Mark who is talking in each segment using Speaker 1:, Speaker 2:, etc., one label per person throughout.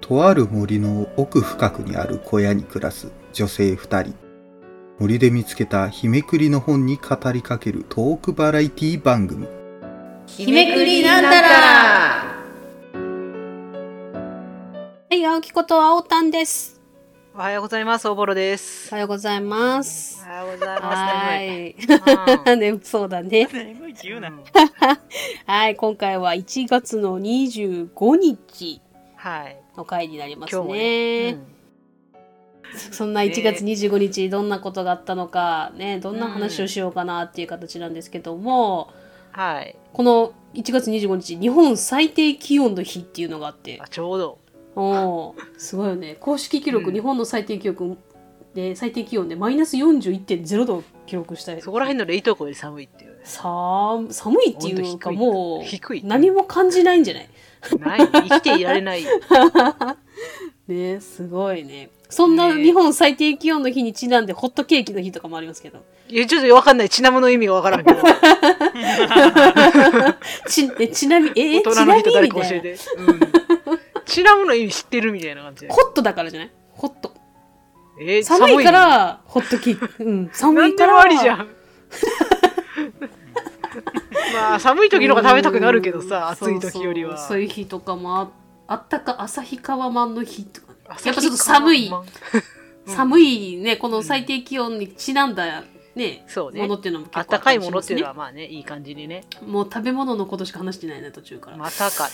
Speaker 1: とある森の奥深くにある小屋に暮らす女性2人森で見つけた日めくりの本に語りかけるトークバラエティ番組
Speaker 2: 日めくりなんたら
Speaker 3: はい、青木こと青たんです。
Speaker 2: おはようございます、おぼろです
Speaker 3: お。はようございます。
Speaker 2: はようござい
Speaker 3: は
Speaker 2: す。
Speaker 3: ーい。
Speaker 2: は
Speaker 3: 眠そうだね。
Speaker 2: 眠いって 言うな。
Speaker 3: はい、今回は1月の25日
Speaker 2: はい。
Speaker 3: の回になります
Speaker 2: 今日も
Speaker 3: ね。
Speaker 2: うん
Speaker 3: そんな1月25日、どんなことがあったのか、ね、どんな話をしようかなっていう形なんですけども、
Speaker 2: はい。
Speaker 3: この1月25日、日本最低気温の日っていうのがあって
Speaker 2: あ、、ちょうど。
Speaker 3: おーすごいよね。公式記録、
Speaker 2: うん
Speaker 3: 日本の最低記録で、最低気温でマイナス41.0度を記録したい。
Speaker 2: そこら辺の冷凍庫より寒いっていうね。
Speaker 3: さー寒いっていうか
Speaker 2: 温度
Speaker 3: も
Speaker 2: 低い。
Speaker 3: う何も感じないんじゃない
Speaker 2: ない。生きていられない。
Speaker 3: ねすごいねそんな
Speaker 2: ね
Speaker 3: 日本最低気温の日にちなんでホットケーキの日とかもありますけど
Speaker 2: いや、ちょっとわかんない。ちなむの意味がわからんけど。
Speaker 3: ち えちなみえ
Speaker 2: 大
Speaker 3: ーち
Speaker 2: 人
Speaker 3: な
Speaker 2: の
Speaker 3: み
Speaker 2: 人誰
Speaker 3: み
Speaker 2: か
Speaker 3: た
Speaker 2: 教え
Speaker 3: いな
Speaker 2: て。うんちなむの意味知ってるみたいな感じで。
Speaker 3: ホットだからじゃないホット
Speaker 2: えー
Speaker 3: 寒いか。らホットケーキうん 寒
Speaker 2: 何
Speaker 3: いか
Speaker 2: で
Speaker 3: ら
Speaker 2: もありじ ゃん。まあ、寒い時の方が食べたくなるけどさ、
Speaker 3: う
Speaker 2: 暑
Speaker 3: ん
Speaker 2: い時よりは。
Speaker 3: そうそうそういう日とかもああったか旭川マンの日とかね
Speaker 2: や
Speaker 3: やっぱちょっと寒い、
Speaker 2: い。
Speaker 3: 寒いねこの最低気温にちなんだね、
Speaker 2: そうね
Speaker 3: もの。っていうのも結構
Speaker 2: あ
Speaker 3: あ
Speaker 2: った
Speaker 3: た
Speaker 2: か
Speaker 3: り
Speaker 2: い
Speaker 3: し
Speaker 2: もの
Speaker 3: ま
Speaker 2: っ
Speaker 3: す
Speaker 2: て
Speaker 3: ね
Speaker 2: いうのはまあね、いい感じにね。
Speaker 3: もう食べ物のことしか話してないな途中から。
Speaker 2: まさかね。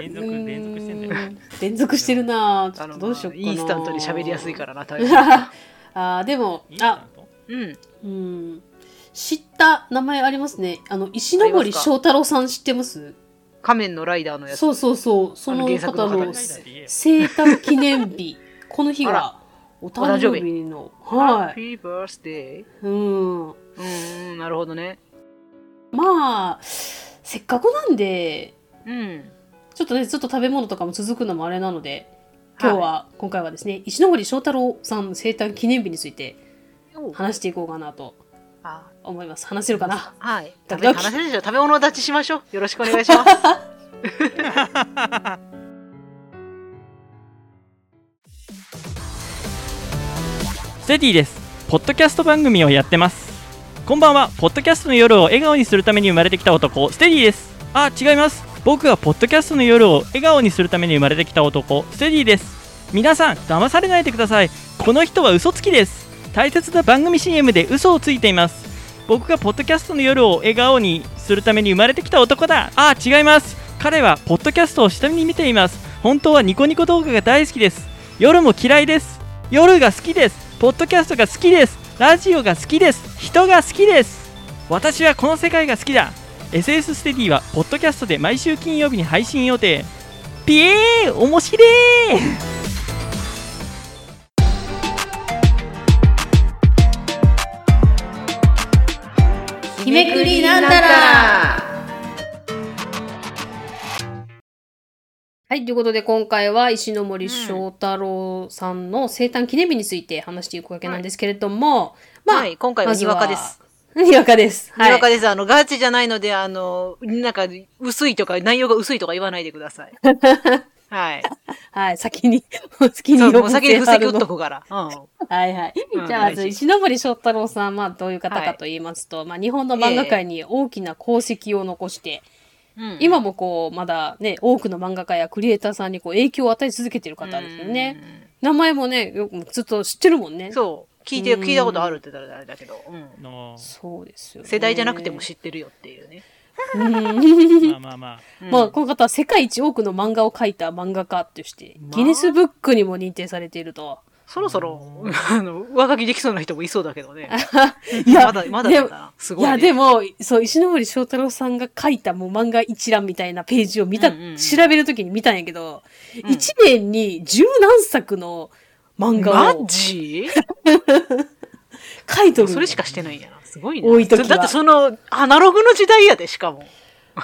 Speaker 4: 連続連続してんだよ。
Speaker 3: うーん連続してるなぁ。ち
Speaker 2: あ
Speaker 3: ょっと
Speaker 2: の、
Speaker 3: どうしよっかな。
Speaker 2: インスタントに喋りやすいからな、 大変。
Speaker 3: ら。あーでも
Speaker 4: インス、タ
Speaker 3: あ
Speaker 4: ン、ト
Speaker 2: うん。
Speaker 3: うん。知った名前ありますね。あの、石森章太郎さん知ってます
Speaker 2: 仮面のライダーのやつ。
Speaker 3: そうそうそう。その
Speaker 2: あの原作
Speaker 3: 方
Speaker 2: の方
Speaker 3: の
Speaker 2: ね
Speaker 3: せ
Speaker 4: え
Speaker 3: 生誕記念日。この日
Speaker 2: あ
Speaker 3: が
Speaker 2: ら、
Speaker 3: お誕生日の。は
Speaker 2: Happy birthday。
Speaker 3: い。うん。
Speaker 2: うーん、なるほどね。
Speaker 3: まあ、せっかくなんで、
Speaker 2: うん。
Speaker 3: ちょっとね、ずっと食べ物とかも続くのもあれなので、今日は、今回はですね、石森章太郎さんの生誕記念日について
Speaker 2: お
Speaker 3: 話していこうかなと
Speaker 2: あ
Speaker 3: 思います。話せるかな
Speaker 2: はい。
Speaker 3: ド
Speaker 2: 食
Speaker 3: キド
Speaker 2: べ、
Speaker 3: キ
Speaker 2: 話せるでしょ。食べ物立ちしましょう。よろしくお願いし ます。
Speaker 4: ステディです。ポッドキャスト番組をやってます。こんばんは。ポッドキャストの夜を笑顔にするために生まれてきた男、ステディです。あ、違います。僕はポッドキャストの夜を笑顔にするために生まれてきた男、ステディです。皆さん、騙されないでください。この人は嘘つきです。大切な番組 CM で嘘をついています。僕がポッドキャストの夜を笑顔にするために生まれてきた男だ。あ、違います。彼はポッドキャストを下に見ています。本当はニコニコ動画が大好きです。夜も嫌いです。夜が好きですポッドキャストが好きですラジオが好きです人が好きです私はこの世界が好きだ SS ステディはポッドキャストで毎週金曜日に配信予定ピエー面白い
Speaker 2: 日めくりなんたら
Speaker 3: はい、ということで今回は石ノ森章太郎さんの生誕記念日について話していくわけなんですけれども、まあ、
Speaker 2: はい、今回は
Speaker 3: まず
Speaker 2: にわかです。。
Speaker 3: にわかです。
Speaker 2: にわか
Speaker 3: い。
Speaker 2: です。あの、ガチじゃないので、あの、なんか、薄いとか、内容が薄いとか言わないでくだ さい。はい。
Speaker 3: はい、先に、 もう先に
Speaker 2: そう、
Speaker 3: 呼
Speaker 2: もう
Speaker 3: ぶ
Speaker 2: 先に布石
Speaker 3: の
Speaker 2: 打っとくから。 う
Speaker 3: はいはい。
Speaker 2: うん
Speaker 3: じゃあ、ま
Speaker 2: 大
Speaker 3: ず
Speaker 2: 事
Speaker 3: 石ノ森章太郎さんはどういう方
Speaker 2: は
Speaker 3: か
Speaker 2: い
Speaker 3: と言いますと、まあ、日本の漫画界に大きな功績を残して、
Speaker 2: ん。うん
Speaker 3: 今もこう、まだね、多くの漫画家やクリエイターさんにこう影響を与え続けてる方ですよね。。名前もね、よくずっと知ってるもん
Speaker 2: う
Speaker 3: ね。
Speaker 2: んそう。聞いて、
Speaker 3: うん
Speaker 2: 聞いたことあるって言ったらあれだけど、うん。
Speaker 3: そうですよ、ね。
Speaker 2: 世代じゃなくても知ってるよっていうね。
Speaker 3: うん。
Speaker 4: まあまあまあ
Speaker 2: うん
Speaker 3: まあ、この方は世界一多くの漫画を描いた漫画家として、
Speaker 2: まあ
Speaker 3: ギネスブックにも認定されていると。
Speaker 2: そろそろ、 あの、上書きできそうな人もいそうだけど ね。
Speaker 3: い や
Speaker 2: まだ、まだだな。す
Speaker 3: い
Speaker 2: ごいね。
Speaker 3: や、でも、そう、石ノ森章太郎さんが描いたもう漫画一覧みたいなページを見た、
Speaker 2: うんうんうん
Speaker 3: 調べるときに見たんやけど、
Speaker 2: うん
Speaker 3: 一年に十何作の漫画
Speaker 2: マ
Speaker 3: を
Speaker 2: ジ
Speaker 3: 描いとるんよ
Speaker 2: それしかしてないんやな。すごいね。
Speaker 3: 多い時は
Speaker 2: だってその、アナログの時代やで、しかも。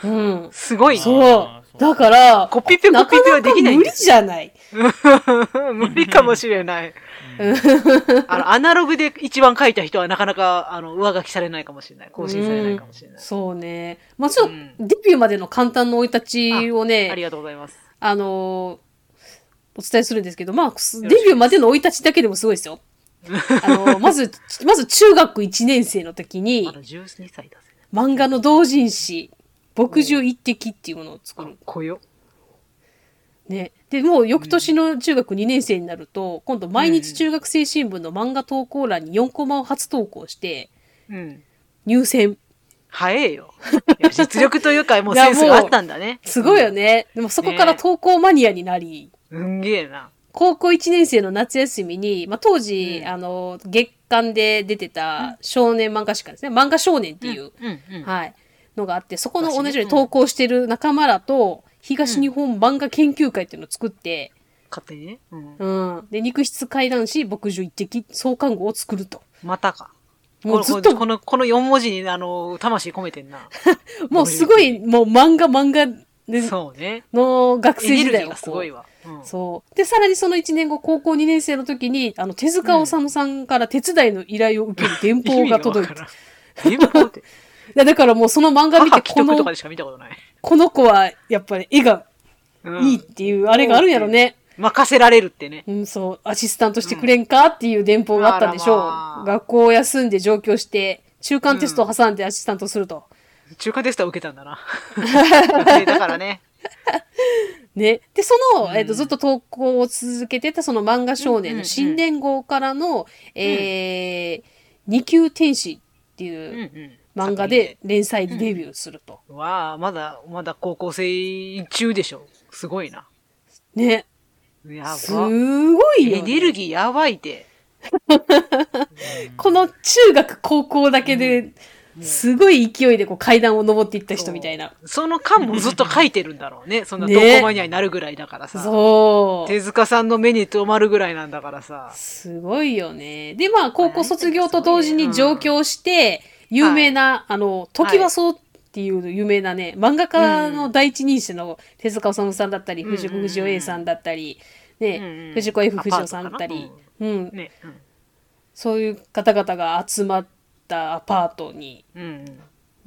Speaker 3: うん。
Speaker 2: すごいね。
Speaker 3: そう
Speaker 4: あーそう。
Speaker 3: だから、
Speaker 2: コピペコピペはできないん
Speaker 3: 無
Speaker 2: で
Speaker 3: 理
Speaker 2: す
Speaker 3: じゃない。
Speaker 2: 無理かもしれない。あの、アナログで一番書いた人はなかなか、あの、上書きされないかもしれない。更新されないかもしれない。
Speaker 3: そうね。まあ、ちょっと
Speaker 2: うん
Speaker 3: デビューまでの簡単な生い立ちをね、
Speaker 2: あり
Speaker 3: あ
Speaker 2: がとうございます。
Speaker 3: のーお伝えするんですけど、まあ、す
Speaker 2: よろ
Speaker 3: デ
Speaker 2: しく
Speaker 3: ビューまでの生い立ちだけでもすごいですよ。あのーまず、まず中学1年生の時に
Speaker 2: まだ、12歳だぜ。
Speaker 3: 漫画の同人誌、牧獣一滴っていうものを作
Speaker 2: あ
Speaker 3: る。、
Speaker 2: こよ。
Speaker 3: ね。で、もう翌年の中学2年生になると、今度毎日中学生新聞の漫画投稿欄に4コマを初投稿して、
Speaker 2: うん。
Speaker 3: 入選。
Speaker 2: 早えよ。いや実力というか、もうセンスがあったんだね。
Speaker 3: すごいよね。でもそこから
Speaker 2: ね
Speaker 3: 投稿マニアになり、
Speaker 2: うん。うんげえな。
Speaker 3: 高校1年生の夏休みに、まあ、当時、
Speaker 2: うん
Speaker 3: あの月間で出てた少年漫画誌館ですね漫画少年っていう、
Speaker 2: うん。うん。
Speaker 3: はい、のがあってそこの
Speaker 2: 昔
Speaker 3: 同
Speaker 2: ね
Speaker 3: じように投稿してる仲間らと東日本漫画研究会っていうのを作って、
Speaker 2: 勝手にね。うん。
Speaker 3: うん、で肉質怪談師牧獣一滴創刊号を作ると。
Speaker 2: またか。
Speaker 3: もう
Speaker 2: こ
Speaker 3: ずっ
Speaker 2: の
Speaker 3: と
Speaker 2: こ、の、この4文字に、あの、魂込めてん な。
Speaker 3: もうすごい、もう漫画漫画で
Speaker 2: そうね。
Speaker 3: の学
Speaker 2: エ
Speaker 3: 生
Speaker 2: ネ
Speaker 3: 時
Speaker 2: ルギ
Speaker 3: 代
Speaker 2: ー
Speaker 3: を
Speaker 2: がす
Speaker 3: こ。
Speaker 2: ごいうわ。うん
Speaker 3: そう。で、さらにその1年後、高校2年生の時に、あの、手塚治虫さんから手伝いの依頼を受ける電報が届いて、
Speaker 2: て。電報って。
Speaker 3: いやだからもうその漫画見
Speaker 2: 母
Speaker 3: て
Speaker 2: 既
Speaker 3: こ
Speaker 2: 得とか
Speaker 3: の
Speaker 2: でしか見たことない。
Speaker 3: この子はやっぱり絵が
Speaker 2: うん
Speaker 3: いいっていうあれがあるんやろね、
Speaker 2: 任せられるってね。
Speaker 3: うんそうアシスタントしてくれんかっていう電報があったんでしょう、
Speaker 2: あらまあ
Speaker 3: 学校を休んで上京して中間テストを挟んでアシスタントすると、
Speaker 2: 中華テストは受けたん だな。学生だからね。
Speaker 3: ねでその、
Speaker 2: うん
Speaker 3: えっとずっと投稿を続けてたその漫画少年の新年号からの、えー二級天使って
Speaker 2: うん
Speaker 3: いう
Speaker 2: うん。
Speaker 3: 漫画で連載でデビューすると、
Speaker 2: わあ、まだ、まだ高校生中でしょ。すごいな。
Speaker 3: ね
Speaker 2: やば。
Speaker 3: すごいよね、
Speaker 2: エネルギーやばいて。
Speaker 3: この中学高校だけで、すごい勢いでこう階段を上っていった人みたいな。
Speaker 2: その間もずっと書いてるんだろうね。そんな
Speaker 3: ね
Speaker 2: どこマニアになるぐらいだからさ。
Speaker 3: そう。
Speaker 2: 手塚さんの目に留まるぐらいなんだからさ。
Speaker 3: すごいよね。で、まあ、高校卒業と同時に上京して、有名な、あの、時はそうっていう有名なね、漫画家の第一人者の手塚治虫さんだったり、
Speaker 2: うん
Speaker 3: 藤子不二雄 A さんだったり、
Speaker 2: うんう
Speaker 3: ね
Speaker 2: ん、
Speaker 3: 藤子 F 不二雄さんだったり、うん、
Speaker 2: ね。うん
Speaker 3: そういう方々が集まったアパートに
Speaker 2: うんうん。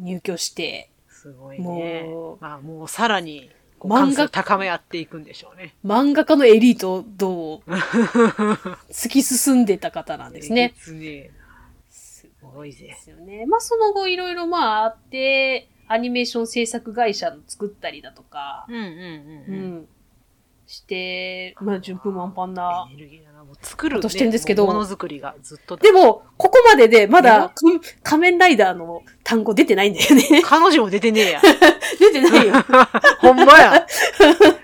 Speaker 3: 入居して、
Speaker 2: すごいね
Speaker 3: もう。
Speaker 2: まあもうさらに、こう
Speaker 3: 漫
Speaker 2: 感
Speaker 3: 画
Speaker 2: 性高め合っていくんでしょうね。
Speaker 3: 漫画家のエリート道を突き進んでた方なんですね。
Speaker 2: 別に。すごいぜ
Speaker 3: で。すよね。まあその後いろいろまああって、アニメーション制作会社の作ったりだとか
Speaker 2: う、んうん
Speaker 3: う、
Speaker 2: うんん。
Speaker 3: して、まあ順風満帆な
Speaker 2: エ。ネルギーだな。もう作る、ね、
Speaker 3: ことしてんですけど
Speaker 2: ものづくりがずっと。
Speaker 3: でも、ここまででまだ仮仮面ライダーの単語出てないんだ よね。
Speaker 2: 彼女も出てねえや。
Speaker 3: 出てないよ。
Speaker 2: ほんま や。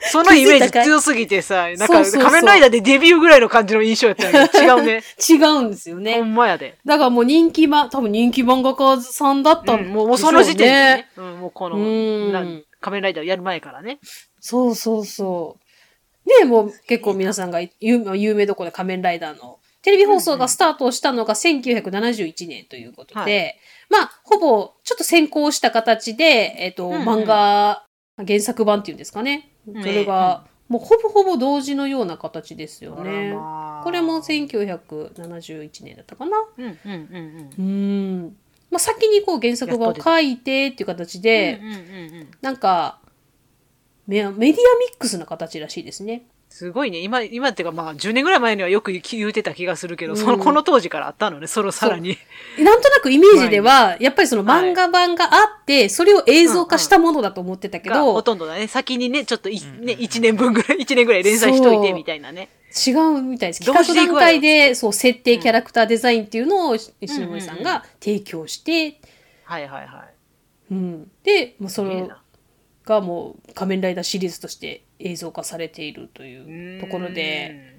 Speaker 2: そのイメー
Speaker 3: 気づい
Speaker 2: ジ
Speaker 3: たかい
Speaker 2: 強すぎてさ、なん
Speaker 3: そ
Speaker 2: か
Speaker 3: うそうそう
Speaker 2: 仮面ライダーでデビューぐらいの感じの印象やったんやけど違うね。
Speaker 3: 違うんですよ
Speaker 2: ほ
Speaker 3: ね。
Speaker 2: んまやで。
Speaker 3: だからもう人気ま、多分人気漫画家さんだった
Speaker 2: うんんもうもうその時点で
Speaker 3: ね
Speaker 2: ね。うん、もうこの、
Speaker 3: うん
Speaker 2: なん仮面ライダーやる前からね。
Speaker 3: そうそうそう。で、もう結構皆さんが有有名どころで仮面ライダーのテレビ放送がスタートしたのが1971年ということで、
Speaker 2: は
Speaker 3: まあ、ほぼちょっと先行した形で、えっ、と、
Speaker 2: うんうん
Speaker 3: 漫画原作版っていうんですかね。それが、もうほぼほぼ同時のような形ですよね。これも
Speaker 2: 選
Speaker 3: 1971年だったかな。
Speaker 2: うんうんうんうん。
Speaker 3: うん。まあ、先にこう原作版を書いてっていう形で、
Speaker 2: うんうんうんうん
Speaker 3: なんか、メメディアミックスな形らしいですね。
Speaker 2: すごいね。今、今っていうかまあ10年ぐらい前にはよく言うてた気がするけど、
Speaker 3: うん
Speaker 2: その、この当時からあったのね。そのさらに。
Speaker 3: なんとなくイメージでは、やっぱりその漫画版があって、それを映像化したものだと思ってたけ
Speaker 2: がほ
Speaker 3: ど、
Speaker 2: とんどだね。先にね、ちょっとい、ね、1年分ぐらい、1年ぐらい連載しといてみたいなね。
Speaker 3: 違うみたいです。
Speaker 2: 同
Speaker 3: 企
Speaker 2: 時
Speaker 3: 画
Speaker 2: で行く
Speaker 3: 段
Speaker 2: わよ
Speaker 3: 階で、そう、設定、キャラクター、デザインっていうのを石森さんが提供して、
Speaker 2: はいはいはい。
Speaker 3: うん。で、もうそ
Speaker 2: すげえ
Speaker 3: れ
Speaker 2: な
Speaker 3: がもう仮面ライダーシリーズとして映像化されているというところで、、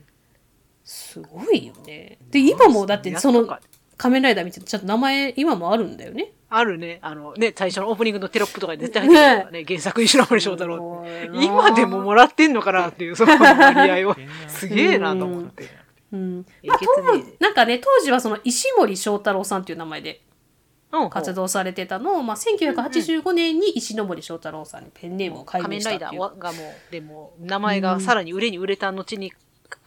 Speaker 3: すごいよね。で、
Speaker 2: うん
Speaker 3: 今もだってそ
Speaker 2: やっ
Speaker 3: の
Speaker 2: たか
Speaker 3: 仮面ライダー見てちょっと名前今もあるんだよね。
Speaker 2: あるね。あのね、最初のオープニングのテロップとかに絶対入ってるからね、原作石森章太郎って。今でももらってんのかなっていう、その割合を。すげえなと思って。
Speaker 3: うん。
Speaker 2: え
Speaker 3: まあ、
Speaker 2: げ
Speaker 3: 当
Speaker 2: つねえ
Speaker 3: 分なんかね、当時はその石森章太郎さんっていう名前で
Speaker 2: うん
Speaker 3: 活動されてたのを、まあ、1985年に石ノ森章太郎さんにペンネームを改
Speaker 2: 仮
Speaker 3: 名
Speaker 2: 面
Speaker 3: し
Speaker 2: ラ
Speaker 3: たっ
Speaker 2: イ
Speaker 3: て
Speaker 2: ダ
Speaker 3: い
Speaker 2: ー
Speaker 3: う。
Speaker 2: がもう、でも、名前がさらに売れに売れた後に、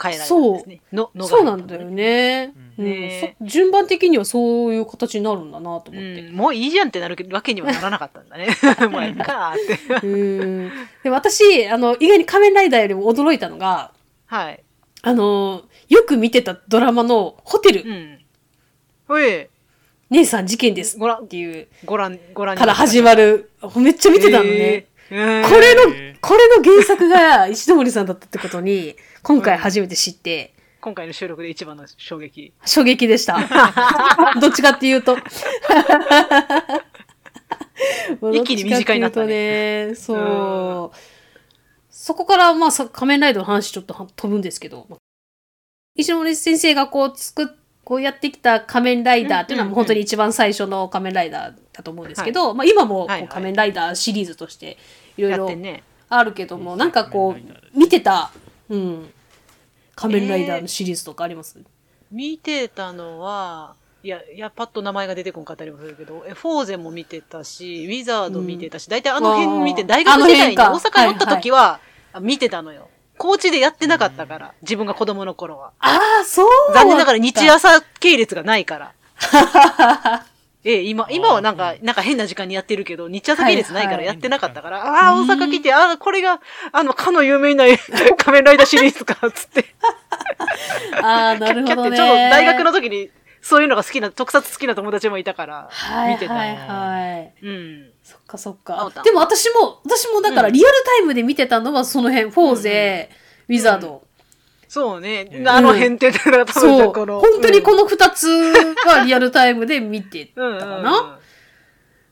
Speaker 2: 変えられたんですね。ののが
Speaker 3: そう
Speaker 2: 入
Speaker 3: な
Speaker 2: ったの
Speaker 3: ん
Speaker 2: ね
Speaker 3: だよね。
Speaker 4: う
Speaker 3: うんん
Speaker 2: ね
Speaker 3: そ順番的にはそういう形になるんだなと思って。
Speaker 2: うん、もういいじゃんってなるわけにはならなかったんだ ね。もういいかーって。
Speaker 3: うんでも私、あの、意外に仮面ライダーよりも驚いたのが、
Speaker 2: はい。
Speaker 3: あの、よく見てたドラマのホテル、
Speaker 2: うん。ほい、
Speaker 3: 姉さん事件です
Speaker 2: ごらん
Speaker 3: っていう
Speaker 2: ご覧、ご覧
Speaker 3: から始まる、めっちゃ見てたのね。。
Speaker 2: えーえー
Speaker 3: これの、これの原作が石森さんだったってことに、今回初めて知って、
Speaker 2: 今回の収録で一番の衝撃。
Speaker 3: 衝撃 でした。どっちかっていうと。
Speaker 2: 一気に身近になったね
Speaker 3: どちかっていうとね。そう。そこから、まあ、さ仮面ライダーの話ちょっとは飛ぶんですけど、石森先生がこう作っこうやってきた仮面ライダーっていうの
Speaker 2: うんうん
Speaker 3: は
Speaker 2: うん
Speaker 3: 本当に一番最初の仮面ライダーだと思うんですけど、まあ今もこ
Speaker 2: はいは
Speaker 3: う
Speaker 2: い
Speaker 3: 仮面ライダーシリーズとしていろい
Speaker 2: やっ
Speaker 3: ろ
Speaker 2: てんね。
Speaker 3: あるけども、なんかこ
Speaker 4: 仮面ライダーです
Speaker 3: う、見てた、うん、仮面ライダーのシリーズとかあります、
Speaker 2: 見てたのは、いや、いや、パッと名前が出てこんかったりもするけど、え、フォーゼも見てたし、ウィザード見てたし、大体あの辺見て、
Speaker 3: あー
Speaker 2: 大学時代に
Speaker 3: あ
Speaker 2: 大
Speaker 3: の辺か
Speaker 2: 阪におった時は、見てたのよ。高知でやってなかったから、自分が子供の頃は。
Speaker 3: ああ、そう
Speaker 2: 残念ながら日朝系列がないから。 ええ、今、今はなんか、なんか変な時間にやってるけど、日朝系列ないから
Speaker 3: はい
Speaker 2: や
Speaker 3: は
Speaker 2: ってなかったから、ああ、大阪来て、ああ、これが、あの、かの有名な 仮面ライダーシリーズか、つって。
Speaker 3: ああ、なるほどね。
Speaker 2: キャッキャってちょうど大学の時に、そういうのが好きな、特撮好きな友達もいたから、見てた。
Speaker 3: はいはいはい。
Speaker 2: うん。
Speaker 3: そっかそっ
Speaker 2: あお
Speaker 3: か
Speaker 2: た。
Speaker 3: でも私も、私もだから
Speaker 2: うん
Speaker 3: リアルタイムで見てたのはその辺、フォーゼ、ウィザード。
Speaker 2: そうね。
Speaker 4: うん
Speaker 2: あの辺って、だから多分
Speaker 3: そう。
Speaker 2: この。
Speaker 3: 本当にこの二つがリアルタイムで見てた
Speaker 2: うん、うん、うん
Speaker 3: かな。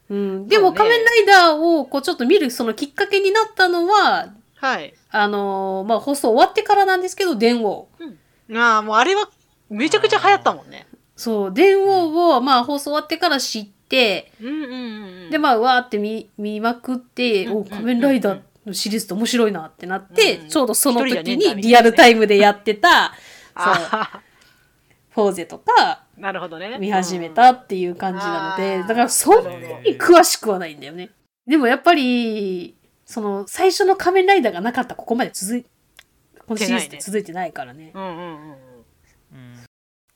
Speaker 3: うん。で
Speaker 2: そう
Speaker 3: も
Speaker 2: ね
Speaker 3: 仮面ライダーをこうちょっと見るそのきっかけになったのは、
Speaker 2: はい。
Speaker 3: あのーまあ、放送終わってからなんですけど、電王。
Speaker 2: ああ、もうあれは、めちゃくちゃ流行ったもんね。
Speaker 3: そう、電王を、まあ、放送終わってから知って、
Speaker 2: うん、うん、うんうん。
Speaker 3: で、まあ、わーって見、見まくって、
Speaker 2: うんうんうん
Speaker 3: お、仮面ライダーのシリーズって面白いなってなって、
Speaker 2: うん
Speaker 3: ちょうどその
Speaker 2: 一人じゃねえ
Speaker 3: 時
Speaker 2: んだみたいなね
Speaker 3: にリアルタイムでやってた、そう、
Speaker 2: ああ、
Speaker 3: フォーゼとか
Speaker 2: なるほどね。
Speaker 3: 見始めたっていう感じなの
Speaker 2: う
Speaker 3: で、
Speaker 2: ん
Speaker 3: だからそんな
Speaker 2: なるほ
Speaker 3: に詳しくはないんだよね。でもやっぱり、その、最初の仮面ライダーがなかったらここまで続い、このシリーズって続いてないからね。
Speaker 2: ど。うんうんうん
Speaker 4: うん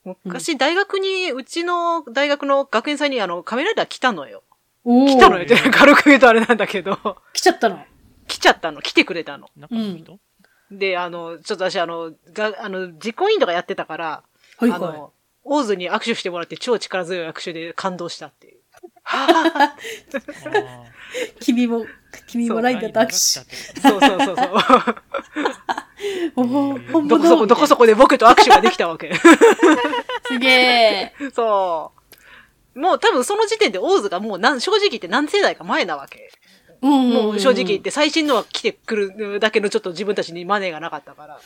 Speaker 2: うん。昔、大学に、うちの大学の学園祭に、あの、カメライダー来たのよ。
Speaker 3: お
Speaker 2: 来
Speaker 3: 来
Speaker 2: たのよ って、軽く言うとあれなんだけど、
Speaker 3: 来ちゃったの。
Speaker 2: 来ちゃったの、来てくれたの。
Speaker 4: なんかそういう人
Speaker 2: で、あの、ちょっと私、あの、が、あの、実行委員とかやってたから、
Speaker 3: はい
Speaker 2: あ
Speaker 3: は
Speaker 2: の、オーズに握手してもらって超力強い握手で感動した っていう。はぁ
Speaker 3: い。
Speaker 4: あ
Speaker 3: 君も、君
Speaker 2: そ
Speaker 3: も
Speaker 2: う
Speaker 3: ラ
Speaker 4: ー
Speaker 3: イダーと握
Speaker 2: そうそう そうそ
Speaker 3: 手。おほ
Speaker 4: えー
Speaker 3: 本
Speaker 2: う。
Speaker 3: 物
Speaker 2: どこそこ、どこそこで僕と握手ができたわけ。
Speaker 3: すげ え。
Speaker 2: そう。もう多分その時点でオーズがもうなん正直言って何世代か前なわけ。
Speaker 3: うん
Speaker 2: もう正直言って最新のは来てくるだけのちょっと自分たちにマネーがなかったから。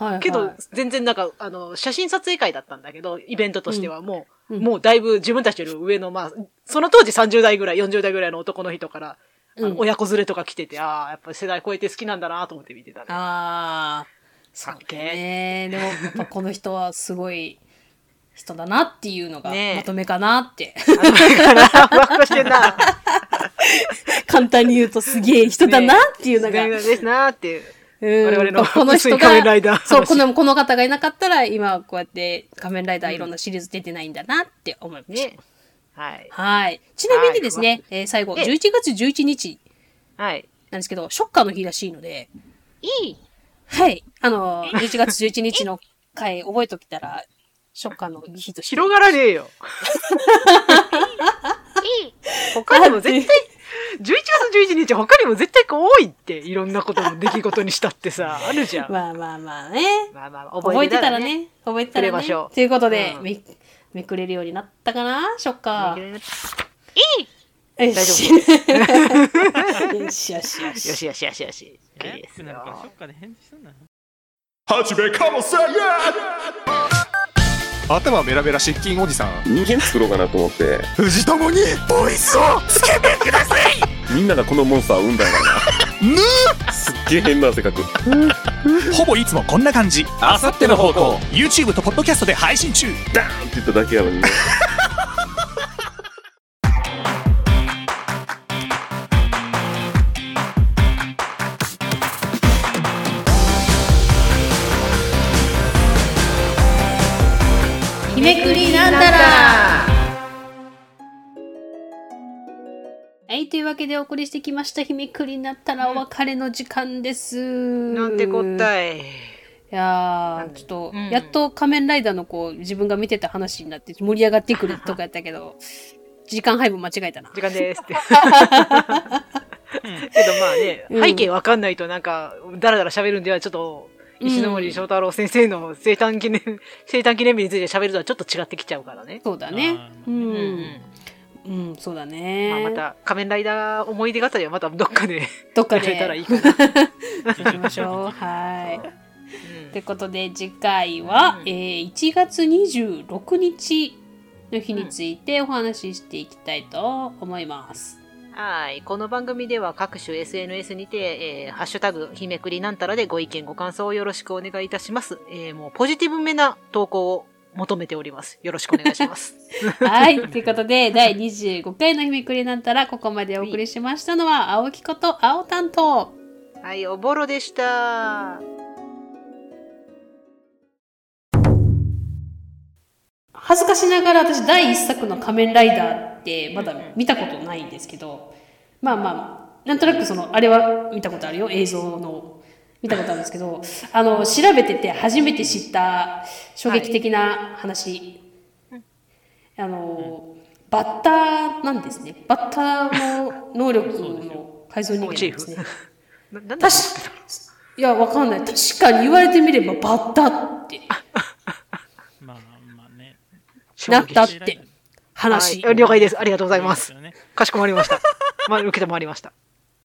Speaker 3: はいはい、
Speaker 2: けど、全然なんか、あの、写真撮影会だったんだけど、イベントとしてはもう、
Speaker 3: うん
Speaker 2: もうだいぶ自分たちより上の、まあ、その当時30代ぐらい、40代ぐらいの男の人から、あの
Speaker 3: うん
Speaker 2: 親子連れとか来てて、ああ、やっぱり世代超えて好きなんだなと思って見てたね。
Speaker 3: ああ、そう
Speaker 2: かっけー
Speaker 3: ね。でも、やっぱこの人はすごい人だなっていうのが
Speaker 2: ねえ
Speaker 3: まとめかなって。
Speaker 2: あのだから、ワクワクしてんな。
Speaker 3: 簡単に言うとすげえ人 だなっていうのが。
Speaker 2: ですなーっていう。
Speaker 3: うん
Speaker 2: 我々の
Speaker 3: この人
Speaker 2: 薄い仮面ライダー
Speaker 3: が、
Speaker 2: の
Speaker 3: そう、
Speaker 2: 話
Speaker 3: この、この方がいなかったら、今こうやって仮面ライダーいろんなシリーズ出てないんだなって思いました。
Speaker 2: ね。はい。
Speaker 3: はい。ちなみにですね、えー最後、
Speaker 2: ええ
Speaker 3: 11月11日
Speaker 2: はい。
Speaker 3: なんですけど、ショッカーの日らしいので、
Speaker 2: いい
Speaker 3: はい。あの、11月11日の回覚えときたら、ショッカーの日として
Speaker 2: 広がらねえ よ。他にも絶対、11月11日他にも絶対こう多いって、いろんなことの出来事にしたって さ、あるじゃん。
Speaker 3: まあまあまあね。
Speaker 2: まあまあ、
Speaker 3: 覚えてたら。ね。覚えてたら
Speaker 2: 触れましょ
Speaker 3: ね
Speaker 2: う。
Speaker 3: ということで
Speaker 2: う、ん
Speaker 3: め、めくれるようになったかなショッカー。
Speaker 2: 大丈夫
Speaker 3: よしよしよ しよ
Speaker 2: よし
Speaker 3: し。
Speaker 2: よしよしよし。
Speaker 4: え
Speaker 2: OK です
Speaker 4: なんかショ
Speaker 2: よ
Speaker 4: ッカーで返事したんだな
Speaker 5: はじめかもせや
Speaker 6: 頭メラメラ失禁おじさん
Speaker 7: 人間作ろうかなと思って
Speaker 6: 藤友にボイスをつけてください
Speaker 7: みんながこのモンスターを産んだんだなすっげえ変な性格
Speaker 6: ほぼいつもこんな感じあさっての方向 YouTube とポッドキャストで配信中
Speaker 7: ダーンって言っただけやのにね
Speaker 6: 「
Speaker 3: めくりなんだらはい、というわけでお送りしてきました、日めくりになったらお別れの時間です。
Speaker 2: なんてこったい。
Speaker 3: いやー、ちょっと、やっと仮面ライダーのこう、自分が見てた話になって盛り上がってくるとかやったけど、時間配分間違えたな。
Speaker 2: 時間ですって。け どまあね、
Speaker 3: うん
Speaker 2: 背景わかんないとなんか、だらだら喋るんではちょっと、石ノ森章太郎先生の生誕記念、 生誕記念日について喋るとはちょっと違ってきちゃうからね。
Speaker 3: そうだね。う。
Speaker 2: うん
Speaker 3: うん、そうだね。
Speaker 2: まあ、また仮面ライダー思い出語りはまたどっかで
Speaker 3: どっか
Speaker 2: や
Speaker 3: で
Speaker 2: れたらいいかな。
Speaker 3: 行きましょう。はい。
Speaker 2: うん
Speaker 3: ということで次回は、
Speaker 2: うん
Speaker 3: えー1月26日の日についてお話ししていきたいと思い ます。
Speaker 2: はい。この番組では各種 SNS にて、えーハッシュタグ、ひめくりなんたらでご意見、ご感想をよろしくお願いいたします。えーもうポジティブめな投稿を求めております。よろしくお願いし ます。
Speaker 3: はい。ということで第25回の「ひめくれなんたら」ここまでお送りしましたのは青木こと青担当。
Speaker 2: はい、おぼろでした。
Speaker 3: 恥ずかしながら私第一作の「仮面ライダー」ってまだ見たことないんですけどまあまあなんとなくそのあれは見たことあるよ映像の見たことあるんですけどあの調べてて初めて知った衝撃的な話、あのバッターなんですねバッターの能力の改造人間なんですね
Speaker 2: モチーななんだ
Speaker 3: 確かいやわかんない確かに言われてみればバッターって
Speaker 4: まあまあね。
Speaker 3: なったって話、
Speaker 2: はい了解です。ありがとうございます
Speaker 4: そうですよね。
Speaker 2: かしこまりました。まあ、受けてまいりました。